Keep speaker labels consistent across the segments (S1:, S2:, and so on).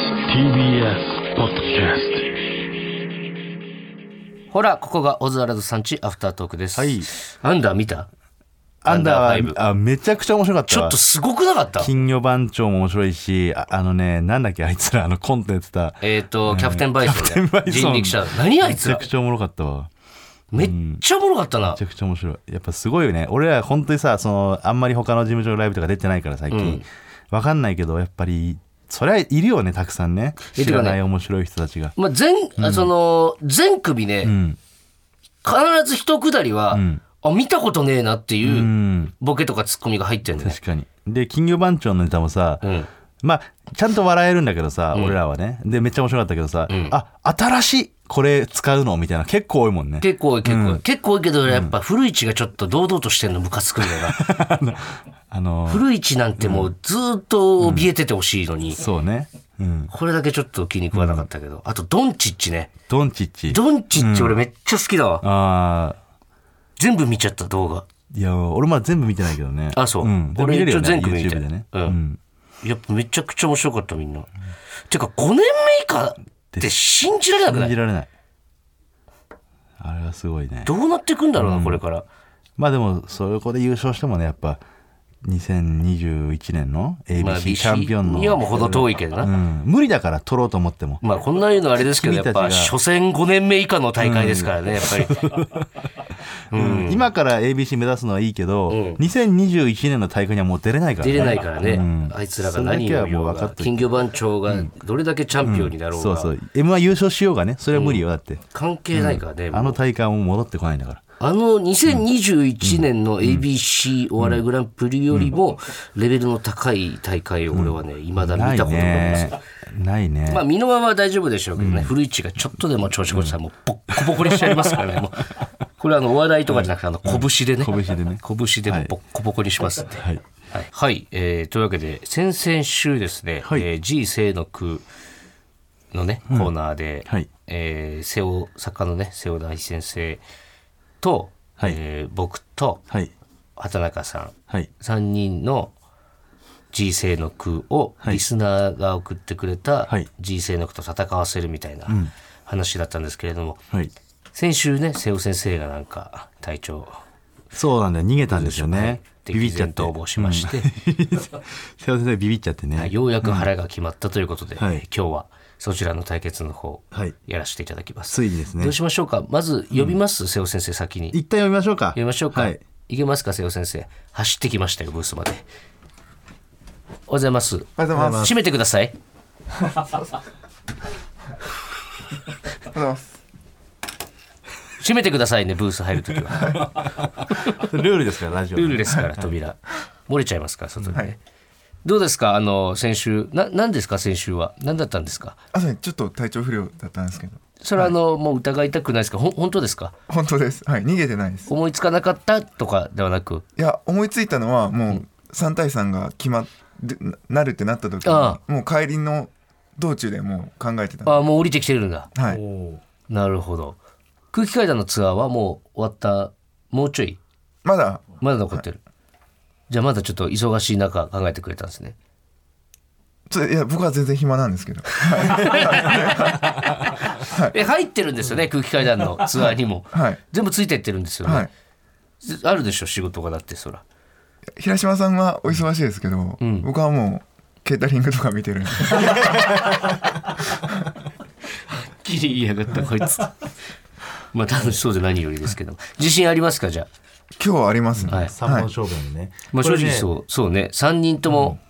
S1: TBS ポッドキャスト
S2: ほら、ここがオズワルドさんちアフタートークです。
S3: はい
S2: アンダー見た
S3: アンダ
S2: アンダー
S3: ー
S2: ファイブ
S3: はあめちゃくちゃ面白かった
S2: ちょ
S3: わ
S2: っとすごくなかった
S3: 金魚番長も面白いしああのねなんだっけあいつらあのコントやってた
S2: えっ、と、キャプテンバイソン
S3: キャプテンバ
S2: ね
S3: イソン
S2: 人力車。何あいつ
S3: めちゃ
S2: ら
S3: くちゃおもろかったわ
S2: めっちゃおもろかったな
S3: めち。ゃくちゃ面白いやっぱすごいよね俺ら本当にさそのあんまり他の事務所のライブとか出てないから最近、わかんないけどやっぱりそりゃいるよねたくさんね
S2: え
S3: 知らな
S2: てかね
S3: い面白い人たちが
S2: まあ、全、あその、全組ね、
S3: ん
S2: 必ず一くだりは、
S3: ん
S2: あ、見たことねえなって
S3: う
S2: いう、
S3: ん
S2: ボケとかツッコミが入ってるんだよね。
S3: 確かにで金魚番長のネタもさ、
S2: ん
S3: まあちゃんと笑えるんだけどさ、俺らはねでめっちゃ面白かったけどさ、あ新しいこれ使うのみたいな結構多いもんね
S2: 結構多い、結構多い。結構多いけど、やっぱ古市がちょっと堂々としてんのムカつくんだよな。
S3: あのー
S2: 古市なんてもうずーっと怯えててほしいのに、
S3: そうねうん
S2: これだけちょっと気に食わなかったけど。あと、ドンチッチね。
S3: ドンチッチ
S2: ドンチッチ俺めっちゃ好きだわ。
S3: ああ
S2: 全部見ちゃった動画。
S3: いや俺まだ全部見てないけどね
S2: あ、そう。
S3: ん、でも見
S2: 俺
S3: れる
S2: 一応
S3: よね
S2: 全組見て。
S3: YouTube でね、
S2: うん。やっぱめちゃくちゃ面白かったみんな。てか5年目以下って信じられなくな
S3: 信じ
S2: い
S3: られないあれはすごいね
S2: どうなっていくんだろうな、これから。
S3: まあでもそこで優勝してもねやっぱ2021年の
S2: まあ
S3: ABC チャンピオンの、
S2: にはもうほど遠いけど
S3: う
S2: な。
S3: ん、無理だから取ろうと思っても
S2: まあこんな言うのあれですけど、や
S3: 君
S2: った
S3: ちが
S2: ぱ、初戦5年目以下の大会ですからね、やっぱり。
S3: 今から ABC 目指すのはいいけど、
S2: ん
S3: 2021年の大会にはもう出れないから、ね、
S2: 出れないからね、
S3: うん
S2: あいつらが何を言おう
S3: それだけはもう分
S2: が
S3: かっといて
S2: 金魚番長がどれだけチャンピオンになろう
S3: そうそ
S2: が
S3: う m 1優勝しようがねそれは無理よだって、
S2: 関係ないからね、もう
S3: あの大会はもう戻ってこないんだから
S2: あの2021年の ABC お笑いグランプリよりもレベルの高い大会を俺はねいまだ見
S3: ない
S2: たことがあります、
S3: ねないね、
S2: まあ身の回りは大丈夫でしょうけどね、古市がちょっとでも調子こいてたらもうボッコボコにしちゃいますからねもうこれはあのお笑いとかじゃなくてあの拳でね、
S3: 拳でね
S2: 拳でもボッコボコにしますんで、
S3: はい
S2: はい、はいえーというわけで先々週ですね「
S3: はい
S2: えー G 生の句」のねコーナーで、
S3: はい
S2: えー瀬尾作家のね瀬尾大先生と、
S3: はい
S2: えー僕と
S3: はい
S2: 畑中さん
S3: はい
S2: 3人の「G 生の句」を
S3: はい
S2: リスナーが送ってくれた
S3: はい
S2: 「G 生の句」と戦わせるみたいな話だったんですけれども、
S3: はい
S2: 先週ね瀬尾先生がなんか体調
S3: そうなんだよ逃げたんですよねビビっちゃって
S2: 逃亡しまして。
S3: 瀬尾先生ビビっちゃってね
S2: はいようやく腹が決まったということで、
S3: はい
S2: えー今日はそちらの対決の方、
S3: はい
S2: やらせていただきます。
S3: ついにですね
S2: どうしましょうかまず呼びます、瀬尾先生先に。
S3: 一旦読みましょうか
S2: 呼びましょうか、
S3: はいい、
S2: けますか瀬尾先生。走ってきましたよ、ブースまで。おはようございます。
S4: おはようございます。
S2: 閉めてください。
S4: おはようございます。
S2: 閉めてくださいね、ブース入るときは。
S3: ルールですからラジオ
S2: ルールですから、扉。漏れちゃいますから、外にね。どうですかあの、先週。な、何ですか先週は。何だったんですか
S4: あ、そうちょっと体調不良だったんですけど。
S2: それはあの、もう疑いたくないですかほん本当ですか
S4: 本当です。はい、逃げてないです。
S2: 思いつかなかったとかではなく。
S4: いや、思いついたのは、もう三対三が決まって、ななるってなった時に。
S2: あ
S4: もう帰りの道中でもう考えてたんで。
S2: ああもう降りてきてるんだ
S4: はい。
S2: なるほど空気階段のツアーはもう終わったもうちょい
S4: まだ、
S2: まだ残ってる、じゃあまだちょっと忙しい中考えてくれたんですね
S4: ちょっといや、僕は全然暇なんですけど。
S2: え入ってるんですよね空気階段のツアーに も、
S4: はい
S2: 全部ついてってるんですよね、
S4: はい。
S2: あるでしょ仕事がだってそ ら
S4: 平島さんはお忙しいですけど、僕はもうケータリングとか見 てるんで。
S2: きり言いやがったこいつ まあ楽しそうで何よりですけど自信ありますかじゃあ
S4: 今日はありますね。
S2: はい
S3: 3本勝負なんでね、
S2: まあ正
S3: これ
S2: 直
S3: ね
S2: そう、そうね3人とも、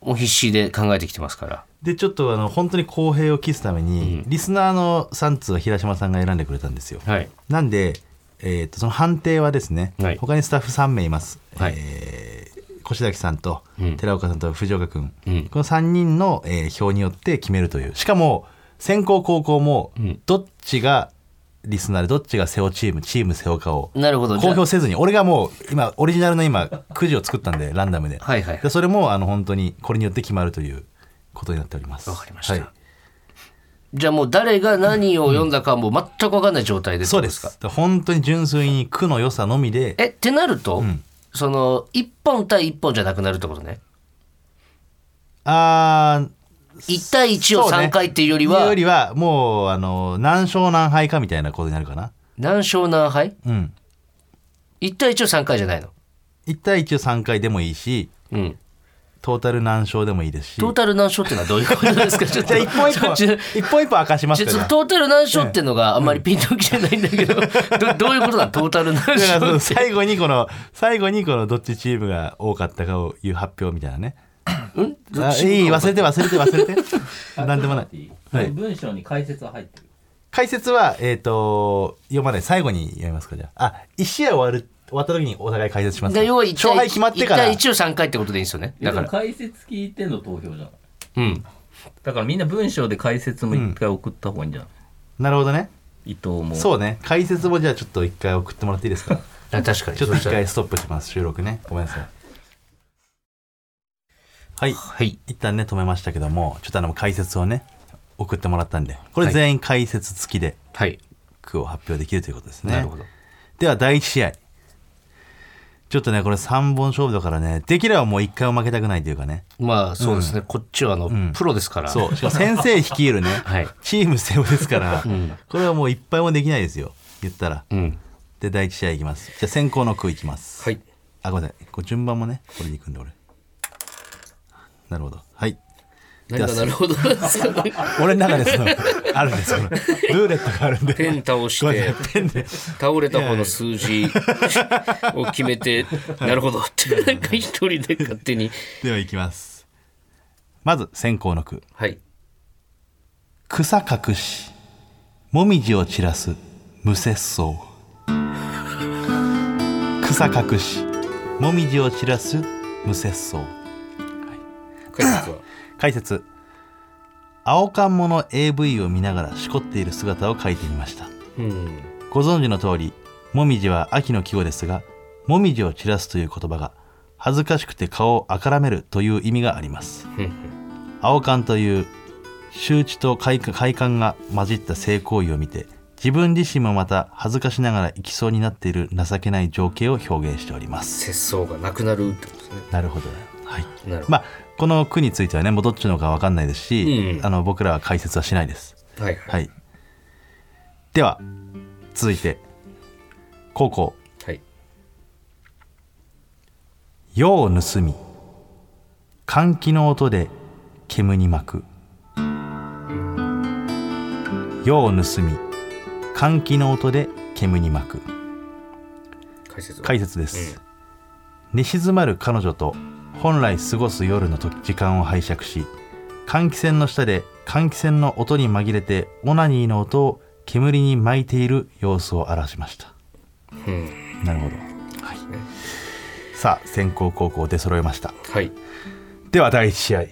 S2: もう必死で考えてきてますから
S3: でちょっとあの本当に公平を期すために、リスナーの3通は平島さんが選んでくれたんですよ、
S2: はい
S3: なんで、えー、とその判定はですね、
S2: はい
S3: 他にスタッフ3名います、
S2: はい
S3: えー越崎さんと
S2: うん
S3: 寺岡さんと藤岡君、
S2: うん
S3: この3人の、えー票によって決めるというしかも先行後攻も
S2: ん
S3: どっちがリスナーでどっちが瀬尾チームチーム瀬尾かを
S2: なるほどじ
S3: 公
S2: ゃあ
S3: 表せずに俺がもう今オリジナルの今くじを作ったんでランダムで,、
S2: はいはいはい
S3: でそれもあの本当にこれによって決まるということになっております
S2: わかりました
S3: はい
S2: じゃあもう誰が何を読んだかも全く分かんない状態でってこ
S3: そう
S2: と
S3: ですか本当に純粋に句の良さのみで
S2: えってなると、その1本対1本じゃなくなるってことね
S3: あー
S2: 1対1を
S3: そうね
S2: 3回っていうより
S3: いう
S2: は、
S3: よりはもうあの何勝何敗かみたいなことになるかな
S2: 何勝何敗
S3: うん
S2: 1対1を3回じゃないの。
S3: 1対1を3回でもいいし
S2: うん。
S3: トータル何勝でもいいですし
S2: トータル何勝ってのはどういうことですかちょっ
S3: じ
S2: と
S3: ゃあ一 本一本
S2: ちょ
S3: 一本一本明かします
S2: ちょ
S3: から
S2: トータル何勝ってのがあんまりピンときてないんだけど、どどういうことなのトータル何
S3: だからそ
S2: 勝
S3: の
S2: って。
S3: 最後にこの最後にこのどっちチームが多かったかをいう発表みたいなね
S2: うん
S3: あいい忘れて忘れて忘れて 何でもないはい
S5: 文章に解説は入ってる。
S3: 解説はえっ、と読まない最後に読みますかじゃああ一試合終わる終わった時にお互い解説しますか
S2: で要は1
S3: 勝敗決まってから
S2: 対1を3回ってことでいいんですよね。だ
S5: だ
S2: か
S5: から
S2: ら。
S5: 解説聞いての投票じゃない。
S2: うん。
S5: だからみんな文章で解説も一回送った方がいいんじゃない、
S3: なるほどね
S5: 伊藤も。
S3: そうね解説もじゃあちょっと一回送ってもらっていいですか
S2: あ確かに。
S3: ちょっと一回ストップします収録ねごめんなさいはい
S2: はい。
S3: 一旦ね止めましたけどもちょっとあの解説をね送ってもらったんでこれ全員解説付きで
S2: はい。
S3: 句を発表できるということですね、
S2: なるほど。
S3: では第1試合ちょっとねこれ3本勝負だからねできればもう1回も負けたくないというかね
S2: まあそうですね。こっちはあの、
S3: ん
S2: プロですから。
S3: そうしかも先生率いるね、
S2: はい
S3: チームセオですから、
S2: ん
S3: これはもういっぱいもできないですよ言ったら
S2: うん。
S3: で第1試合いきますじゃあ先攻の句いきます
S2: はい。
S3: あごめんなさいこう順番もねこれでいくんで俺なるほどはい
S2: 何がなるほどなんですか ね。
S3: 俺の中でその あるんですこのルーレットがあるんで
S2: ペン倒し
S3: ごめん
S2: て
S3: な。さいペンで
S2: 倒れた方の数字を決め て、なるほどって、なんか一人で勝手に。
S3: ではいきますまず先攻の句
S2: はい。
S3: 草隠しもみじを散らす無節操草隠しもみじを散らす無節操
S2: 解説は。
S3: 解説青缶もの AV を見ながらしこっている姿を書いてみました
S2: うん。
S3: ご存知の通りもみじは秋の季語ですがもみじを散らすという言葉が恥ずかしくて顔をあからめるという意味があります青缶という周知と快感快感が混じった性行為を見て自分自身もまた恥ずかしながら生きそうになっている情けない情景を表現しております
S2: 節操がなくなるってことですね。
S3: なるほどねはい
S2: なるほ
S3: まあこの句についてはねもうどっちのか分かんないですし、
S2: うん
S3: あの僕らは解説はしないです
S2: ど。はいはい。
S3: はいでは続いて高校
S2: はい。
S3: 世を盗み換気の音で煙に巻く世を盗み換気の音で煙に巻く
S2: 解説は。
S3: 解説です、寝静まる彼女と本来過ごす夜の時時間を拝借し換気扇の下で換気扇の音に紛れてオナニーの音を煙に巻いている様子を表しました
S2: うん。
S3: なるほど、はい、さあ先攻高校出揃えました
S2: はい。
S3: では第1試合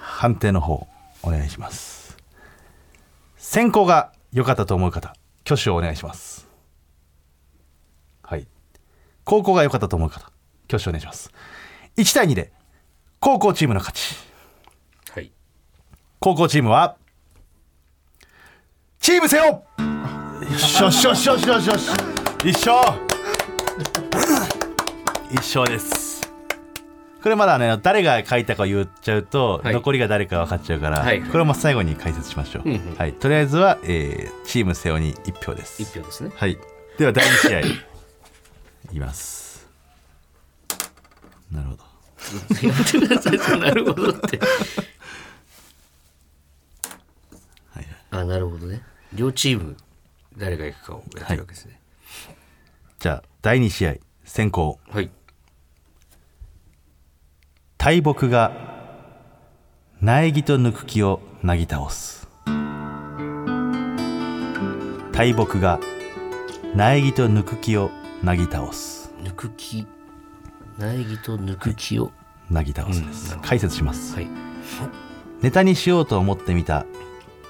S3: 判定の方お願いします先攻が良かったと思う方挙手をお願いしますはい高校が良かったと思う方挙手をお願いします1対2で高校チームの勝ち
S2: はい。
S3: 高校チームはチームせよよしよしよしよしよしよし一勝一勝ですこれまだね誰が書いたか言っちゃうと、
S2: はい
S3: 残りが誰か分かっちゃうから、
S2: はい
S3: これも最後に解説しましょう、
S2: うんうん
S3: はい、とりあえずは、えーチームせよに1票です
S2: 一票ですね。
S3: はい、では第2試合いきますなるほど
S2: なるほどって。あ、なるほどね。両チーム、誰が行くかをやってるわけですね。
S3: じゃあ第2試合先攻
S2: はい。
S3: 大木が苗木と抜く木をなぎ倒す大木が苗木と抜く木をなぎ倒す
S2: 抜く気。苗木と抜く気を。
S3: なぎ倒すです、解説します、
S2: はい。
S3: ネタにしようと思ってみた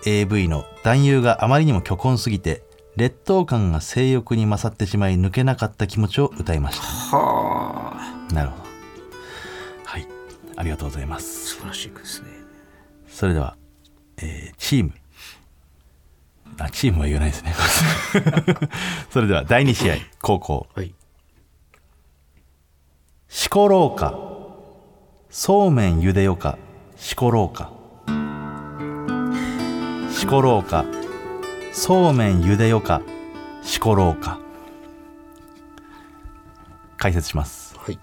S3: AV の男優があまりにも虚婚すぎて劣等感が性欲に勝ってしまい抜けなかった気持ちを歌いましたなるほどはいありがとうございます
S2: 素晴らしい句ですね。
S3: それでは、えーチームあチームは言わないですね それでは第2試合高校
S2: はい。
S3: しころうかそうめんゆでよかしころうかしころうかそうめんゆでよかしころうか解説します
S2: はい。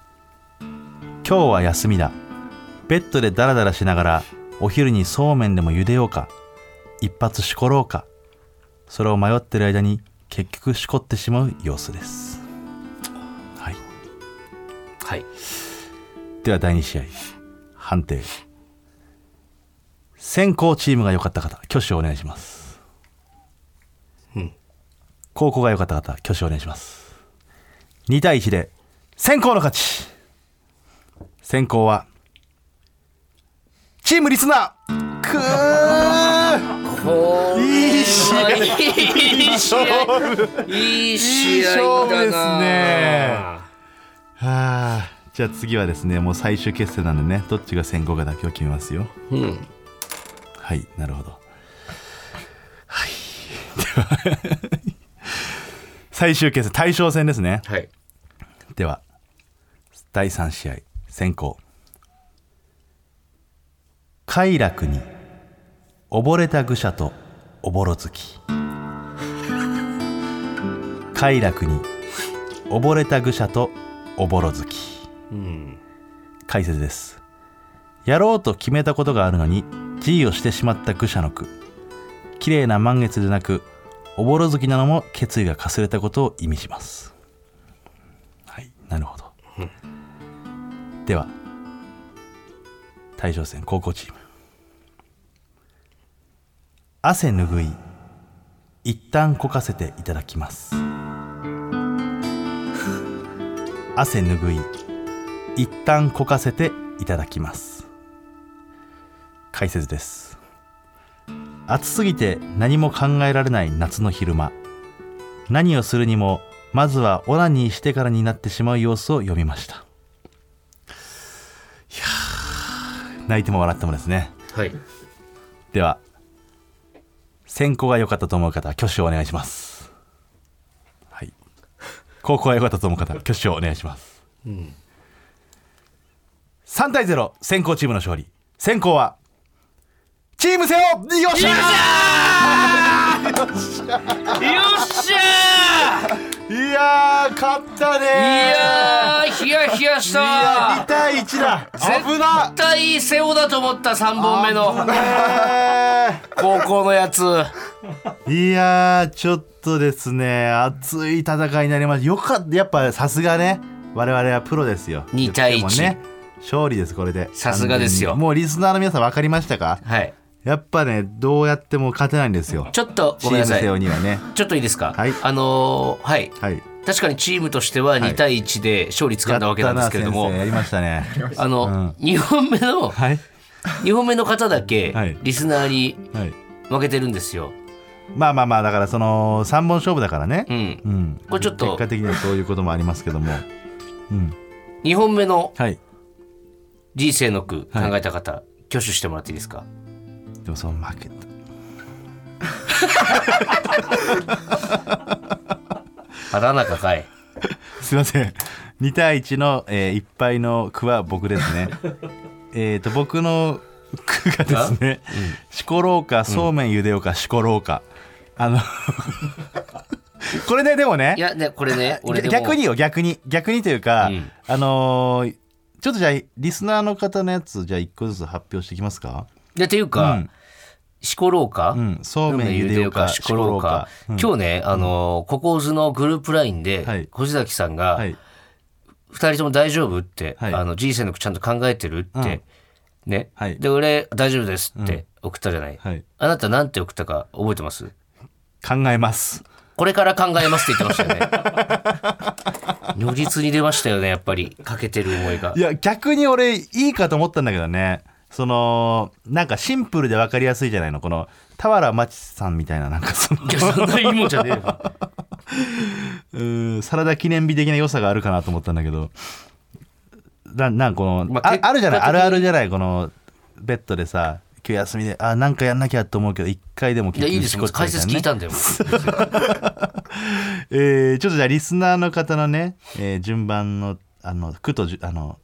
S3: 今日は休みだベッドでダラダラしながらお昼にそうめんでも茹でようか一発しころうかそれを迷ってる間に結局しこってしまう様子ですはい
S2: はい。
S3: では第2試合判定先行チームが良かった方挙手をお願いします、
S2: うん
S3: 後攻が良かった方挙手をお願いします2対1で先行の勝ち先行はチームリスナーくー
S2: こ
S3: いい試合
S2: いい試合。いい試合だな。
S3: いい勝負ですねはあじゃあ次はですねもう最終決戦なんでねどっちが先行かだけを決めますよ
S2: うん。
S3: はいなるほどはいでは最終決戦大将戦ですね
S2: はい。
S3: では第3試合先行快楽に溺れた愚者とおぼろ月快楽に溺れた愚者とおぼろ月
S2: うん。
S3: 解説ですやろうと決めたことがあるのに G をしてしまった愚者の句綺麗な満月でなくおぼろ月なのも決意がかすれたことを意味しますはいなるほどでは大将戦高校チーム汗ぬぐい一旦こかせていただきます汗ぬぐい一旦こかせていただきます解説です暑すぎて何も考えられない夏の昼間何をするにもまずはオナニーしてからになってしまう様子を読みましたいやー泣いても笑ってもですね
S2: はい。
S3: では先行が良かったと思う方は挙手をお願いしますはい後攻が良かったと思う方は挙手をお願いします、3対0先行チームの勝利先行はチームせよよっしゃ
S2: よっしゃ
S3: いやー勝った
S2: ー。
S3: ね
S2: いやー、ヒヤヒヤし
S3: いや
S2: た
S3: 2。対1だ危な
S2: 絶対セオだと思った三本目の
S3: ね
S2: 高校のやつ。
S3: いやーちょっとですね熱い戦いになりましたよかったやっぱさすがね我々はプロですよ
S2: 2対1
S3: 言ってもね勝利ですこれで
S2: さすがですよ
S3: 完全にもうリスナーの皆さん分かりましたか
S2: はい。
S3: やっぱねどうやっても勝てないんですよ
S2: ちょっとごめんなさい。
S3: チームセオ
S2: ち
S3: にはね
S2: ょっといいですか。
S3: はい
S2: あのーはい。
S3: はい
S2: 確かにチームとしては2対1で勝利掴んだわけなんですけれど
S3: や
S2: も
S3: ったな先生、やりましたね
S2: あの、2本目の、
S3: はい
S2: 2本目の方だけ
S3: はい、
S2: リスナーに
S3: はい
S2: 負けてるんですよ。
S3: まあまあまあだからその3本勝負だからね
S2: うん。
S3: うん
S2: これちょっと
S3: 結果的にはそういうこともありますけどもうん
S2: 2本目の
S3: はい
S2: 人生の句
S3: はい
S2: 考えた方、挙手してもらっていいですか
S3: でもその負けた
S2: 肌中かい。
S3: すいません2対1の、えー、いっぱいの句は僕です ねえっと僕の句がですね「しころうかそうめんゆでようかしころうか」あの これねでもね
S2: いや、ね、これ ね、俺でも。
S3: 逆によ逆に逆にというか、
S2: うん
S3: あのーちょっとじゃあリスナーの方のやつじゃあ1個ずつ発表していきますか
S2: で、というか、
S3: うん
S2: しころうか、
S3: うんそうめん
S2: ゆ
S3: ゆで
S2: で
S3: よ
S2: よ
S3: うか
S2: か
S3: し
S2: し
S3: こ
S2: こ
S3: ろ
S2: ろ
S3: う
S2: う
S3: か
S2: か、
S3: うん
S2: 今日ね、あのー、ココーズのグループライン
S3: は
S2: で
S3: い、
S2: 小崎さんが、
S3: はい
S2: 二人とも大丈夫って、
S3: はい
S2: あの人生のことちゃんと考えてるって、
S3: うん
S2: ね、
S3: はい
S2: で俺大丈夫ですって送ったじゃない、
S3: はい
S2: あなたなんて送ったか覚えてます
S3: 考えます
S2: これから考えますって言ってましたよね 如実に出ましたよねやっぱり欠けてる思いが
S3: いや逆に俺いいかと思ったんだけどねそのなんかシンプルで分かりやすいじゃないのこの俵真知さんみたいななんかその
S2: いやそんないいもんじゃ ねえよ
S3: うーんサラダ記念日的な良さがあるかなと思ったんだけどななんかこの、
S2: まあ
S3: あ
S2: 結果
S3: あるじゃない
S2: 的に
S3: あるあるじゃないこのベッドでさ今日休みであなんかやんなきゃと思うけど一回でも
S2: いやいいです
S3: し
S2: よ
S3: こっちゃ
S2: 解
S3: うみた
S2: 説
S3: なね
S2: 聞いたんだよ
S3: えーちょっとじゃあリスナーの方のね、えー順番のあの句とじゅあの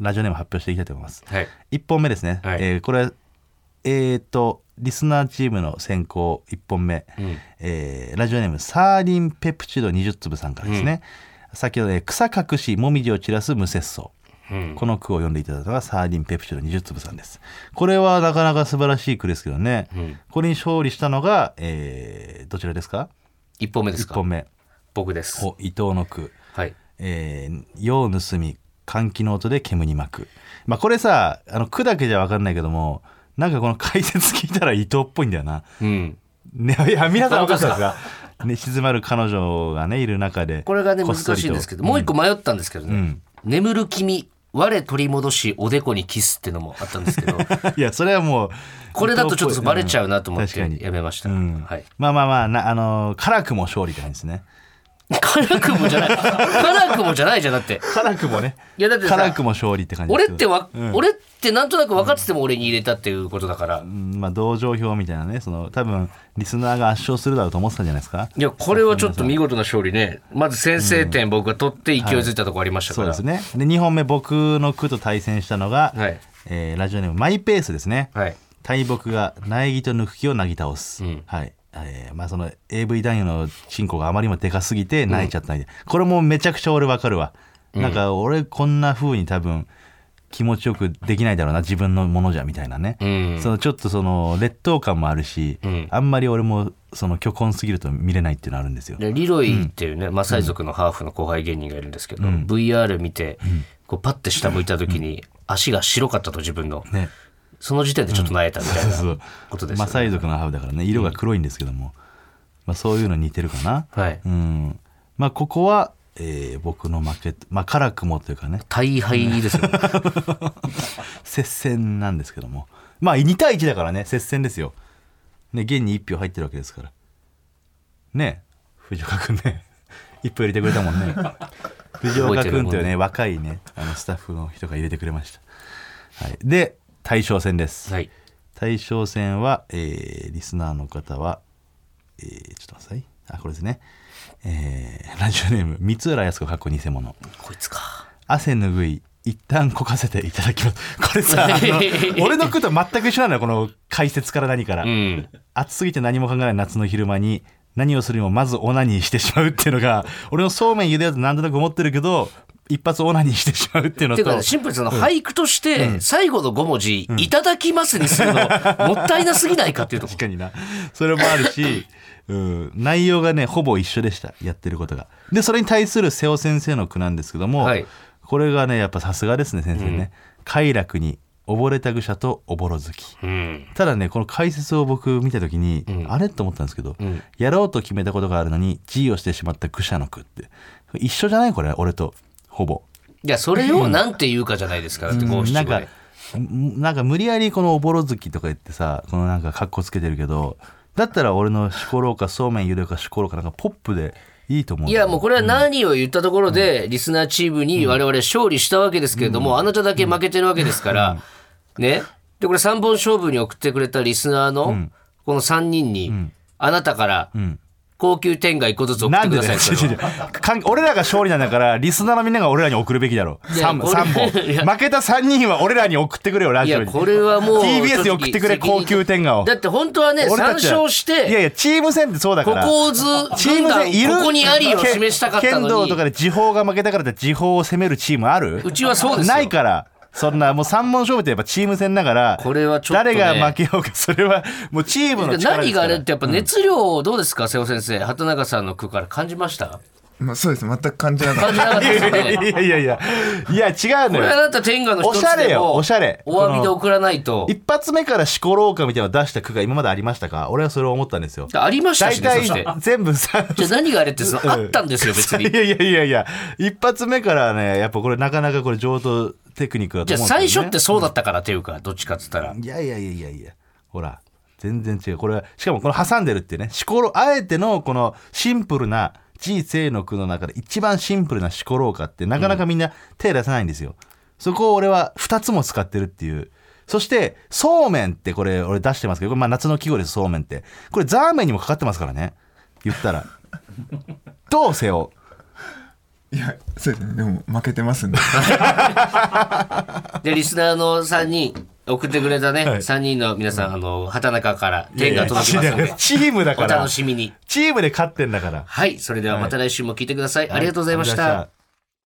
S3: ラジオネーム発表していきたいと思います
S2: はい
S3: 1本目ですね、
S2: はい
S3: えーこれえっ、とリスナーチームの選考1本目、えーラジオネームサーリンペプチド20粒さんからですね、先ほど、ね、草隠しもみじを散らす無節操、この句を読んでいただいたのがサーリンペプチド20粒さんですこれはなかなか素晴らしい句ですけどね、これに勝利したのが、えーどちらですか
S2: 一本目です
S3: 1
S2: か
S3: 本目
S2: 僕です
S3: お伊藤の句
S2: はい
S3: えー夜を盗み換気の音で煙に巻く、まあ、これさあの句だけじゃ分かんないけどもなんかこの解説聞いたら伊藤っぽいんだよな、
S2: うん
S3: ね、いや皆さん分かったですかね、静まる彼女がねいる中で
S2: これがね
S3: こ
S2: 難
S3: っそり
S2: しい
S3: と
S2: んですけどもう一個迷ったんですけどね、
S3: ん
S2: 眠る君我取り戻しおでこにキスってのもあったんですけど
S3: いやそれはもう
S2: これだとちょっとバレちゃうなと思っ
S3: 確か
S2: て
S3: に
S2: やめました、
S3: うん
S2: はい
S3: まあまあまあなあのー辛くも勝利って感じですね
S2: 辛くもじゃない辛くもじゃないじゃんだって
S3: 辛くもね
S2: いやだってさ
S3: 辛くも勝利って感じ
S2: 俺
S3: ですけど
S2: ってわ、
S3: うん
S2: 俺ってなんとなく分かってても俺に入れたっていうことだから、
S3: うんまあ同情票みたいなねその多分リスナーが圧勝するだろうと思ってたんじゃないですか
S2: いやこれはちょっと見事な勝利ねまず先制点僕が取って勢いづいたとこありましたか
S3: そう
S2: ら、
S3: ですねで2本目僕の句と対戦したのが、
S2: はい
S3: えーラジオネームマイペースですね、
S2: はい
S3: 大木が苗木と抜く木をなぎ倒す、
S2: ん
S3: はいえーまあ、その AV 男優のチンコがあまりにもでかすぎて泣いちゃった、んで、これもめちゃくちゃ俺わかるわ、なんか俺こんな風に多分気持ちよくできないだろうな自分のものじゃみたいなね、
S2: うん
S3: そのちょっとその劣等感もあるし、
S2: ん
S3: あんまり俺もその虚婚すぎると見れないっていうのあるんですよ
S2: でリロイっていうね、マサイ族のハーフの後輩芸人がいるんですけど、VR 見て、こうパッて下向いた時に足が白かったと自分の、
S3: ね
S2: その時点でちょっと萎えたみたい
S3: そう
S2: なことですよ
S3: マサ
S2: ね。
S3: イ族のハーフだからね色が黒いんですけども、まあ、そういうの似てるかな、
S2: はい
S3: うんまあここは、えー僕の負けとまあ辛くもというかね
S2: 大敗ですよね。
S3: 接戦なんですけどもまあ2対1だからね接戦ですよね現に1票入ってるわけですからね藤岡君ね 1票入れてくれたも んね藤
S2: 覚え
S3: 岡君とい
S2: て
S3: う
S2: るもん
S3: ね
S2: ね
S3: 若いねあのスタッフの人が入れてくれました、はい、で大将戦です、
S2: はい。
S3: 対象戦は、えーリスナーの方は、えーちょっと待ってください。あ、これですね。えーラジオネーム、三浦康子かっこ偽物。
S2: こいつか。
S3: 汗ぬぐい、一旦こかせていただきます。これさ、あ の俺の句と全く一緒なのよ、この解説から何から。
S2: うん。
S3: 暑すぎて何も考えない夏の昼間に、何をするにもまずオナニーしてしまうっていうのが、俺のそうめん茹でようと何となく思ってるけど、一発オナニーしてしまうっていうの
S2: て
S3: と。
S2: いうかね、シンプルにその俳句として、最後の5文字、いただきますにするの、もったいなすぎないかっていうとこ
S3: 確。かになそれもある し、うん、内容がねほぼ一緒でしたやってることがでそれに対する瀬尾先生の句なんですけども、
S2: はい
S3: これがねやっぱさすがですね先生ね、快楽に溺れた愚者とおぼろ好き
S2: うん。
S3: ただねこの解説を僕見た時に、あれと思ったんですけど、やろうと決めたことがあるのに G をしてしまった愚者の句って一緒じゃないこれ俺とほぼ
S2: いや、それをなんて言うかじゃないですか。だって五七
S3: なん
S2: 五
S3: か
S2: で。
S3: んなんか無理やりこのおぼろ月とか言ってさこのなんか格好つけてるけどだったら俺のしころうかそうめんゆでようかしころうかなんかポップでいいと思うん
S2: い
S3: だよ
S2: やもうこれは何を言ったところで、リスナーチームに我々勝利したわけですけれども、あなただけ負けてるわけですから、ね。で、これ3本勝負に送ってくれたリスナーの、この3人に、あなたから、高級天下1個ずつ送っ
S3: な
S2: て
S3: ん
S2: く
S3: で
S2: だ
S3: だ
S2: さ
S3: よ
S2: いそれは
S3: 違う違う違う 関係俺らが勝利なんだからリスナーのみんなが俺らに送るべきだろ
S2: いや
S3: 3,
S2: これ
S3: 三本
S2: いや
S3: 負けた3人は俺らに送ってくれよラ
S2: い
S3: ジオ
S2: や、
S3: に
S2: これはもう。
S3: TBS に送ってくれ
S2: 正直
S3: 高級天下を
S2: だって本当はね、3
S3: 俺たちは
S2: 勝し
S3: いやい
S2: て、
S3: やチーム戦ってそうだか
S2: こ
S3: ら
S2: こをず、
S3: チーム戦いる
S2: ここにありを示したかった
S3: 剣道
S2: の
S3: とか
S2: に、
S3: で時報が負けたからって時報を攻めるチームある
S2: うちはそうですよ
S3: ないからそんなもう三問勝負ってやっぱチーム戦だから
S2: これはちょっとね
S3: 誰が負けようかそれはもうチームの力で
S2: 何
S3: すか
S2: があ
S3: ら
S2: れってやっぱ熱量をどうですか、瀬尾先生、畑中さんの句から感じました
S4: まあ、そうです全く感じな
S2: 感
S4: かっ
S2: じ なかったですよね。
S3: いやいやいやいや違う
S2: こ
S3: の
S2: れあ
S3: よ
S2: なた天下の一
S3: おしゃ
S2: つ
S3: れ
S2: で
S3: よ
S2: も
S3: おしゃれ
S2: お詫びで送らないと
S3: 一発目からしころうかみたいなの出した句が今までありましたか俺はそれを思ったんですよ
S2: ありました
S3: 大
S2: しねそして
S3: 体全部さ
S2: じゃあ何があれってその
S3: うん
S2: あったんですよ 別に
S3: いやいやいやいや一発目からねやっぱこれなかなかこれ上等テクニックだ
S2: じゃ
S3: と
S2: あ
S3: 思うんですよ、
S2: 最
S3: ね、
S2: 初ってそうだったからっていうかどっちかっつったら
S3: いやいやいやいやいや、ほら、全然違う。これは、しかもこの挟んでるっていうね、しころ、あえてのこのシンプルな、人生の句の中で一番シンプルなしころうかって、なかなかみんな手出さないんですよ。そこを俺は2つも使ってるっていう。そして、そうめんってこれ、俺出してますけど、これまあ夏の季語です、そうめんって。これ、ザーメンにもかかってますからね。言っ たら。どうせよ。
S4: たいやそうですねでも負けてますんで
S2: でリスナーの3人送ってくれたね、
S3: はい
S2: 3人の皆さん、あの、畑中から天が届きますので、
S3: チームだ
S2: お
S3: から
S2: 楽しみに。
S3: チームで勝ってんだから
S2: はい、それではまた来週も聞いてください。ありがとうございまし
S3: ありがとうございま
S2: た
S3: し。た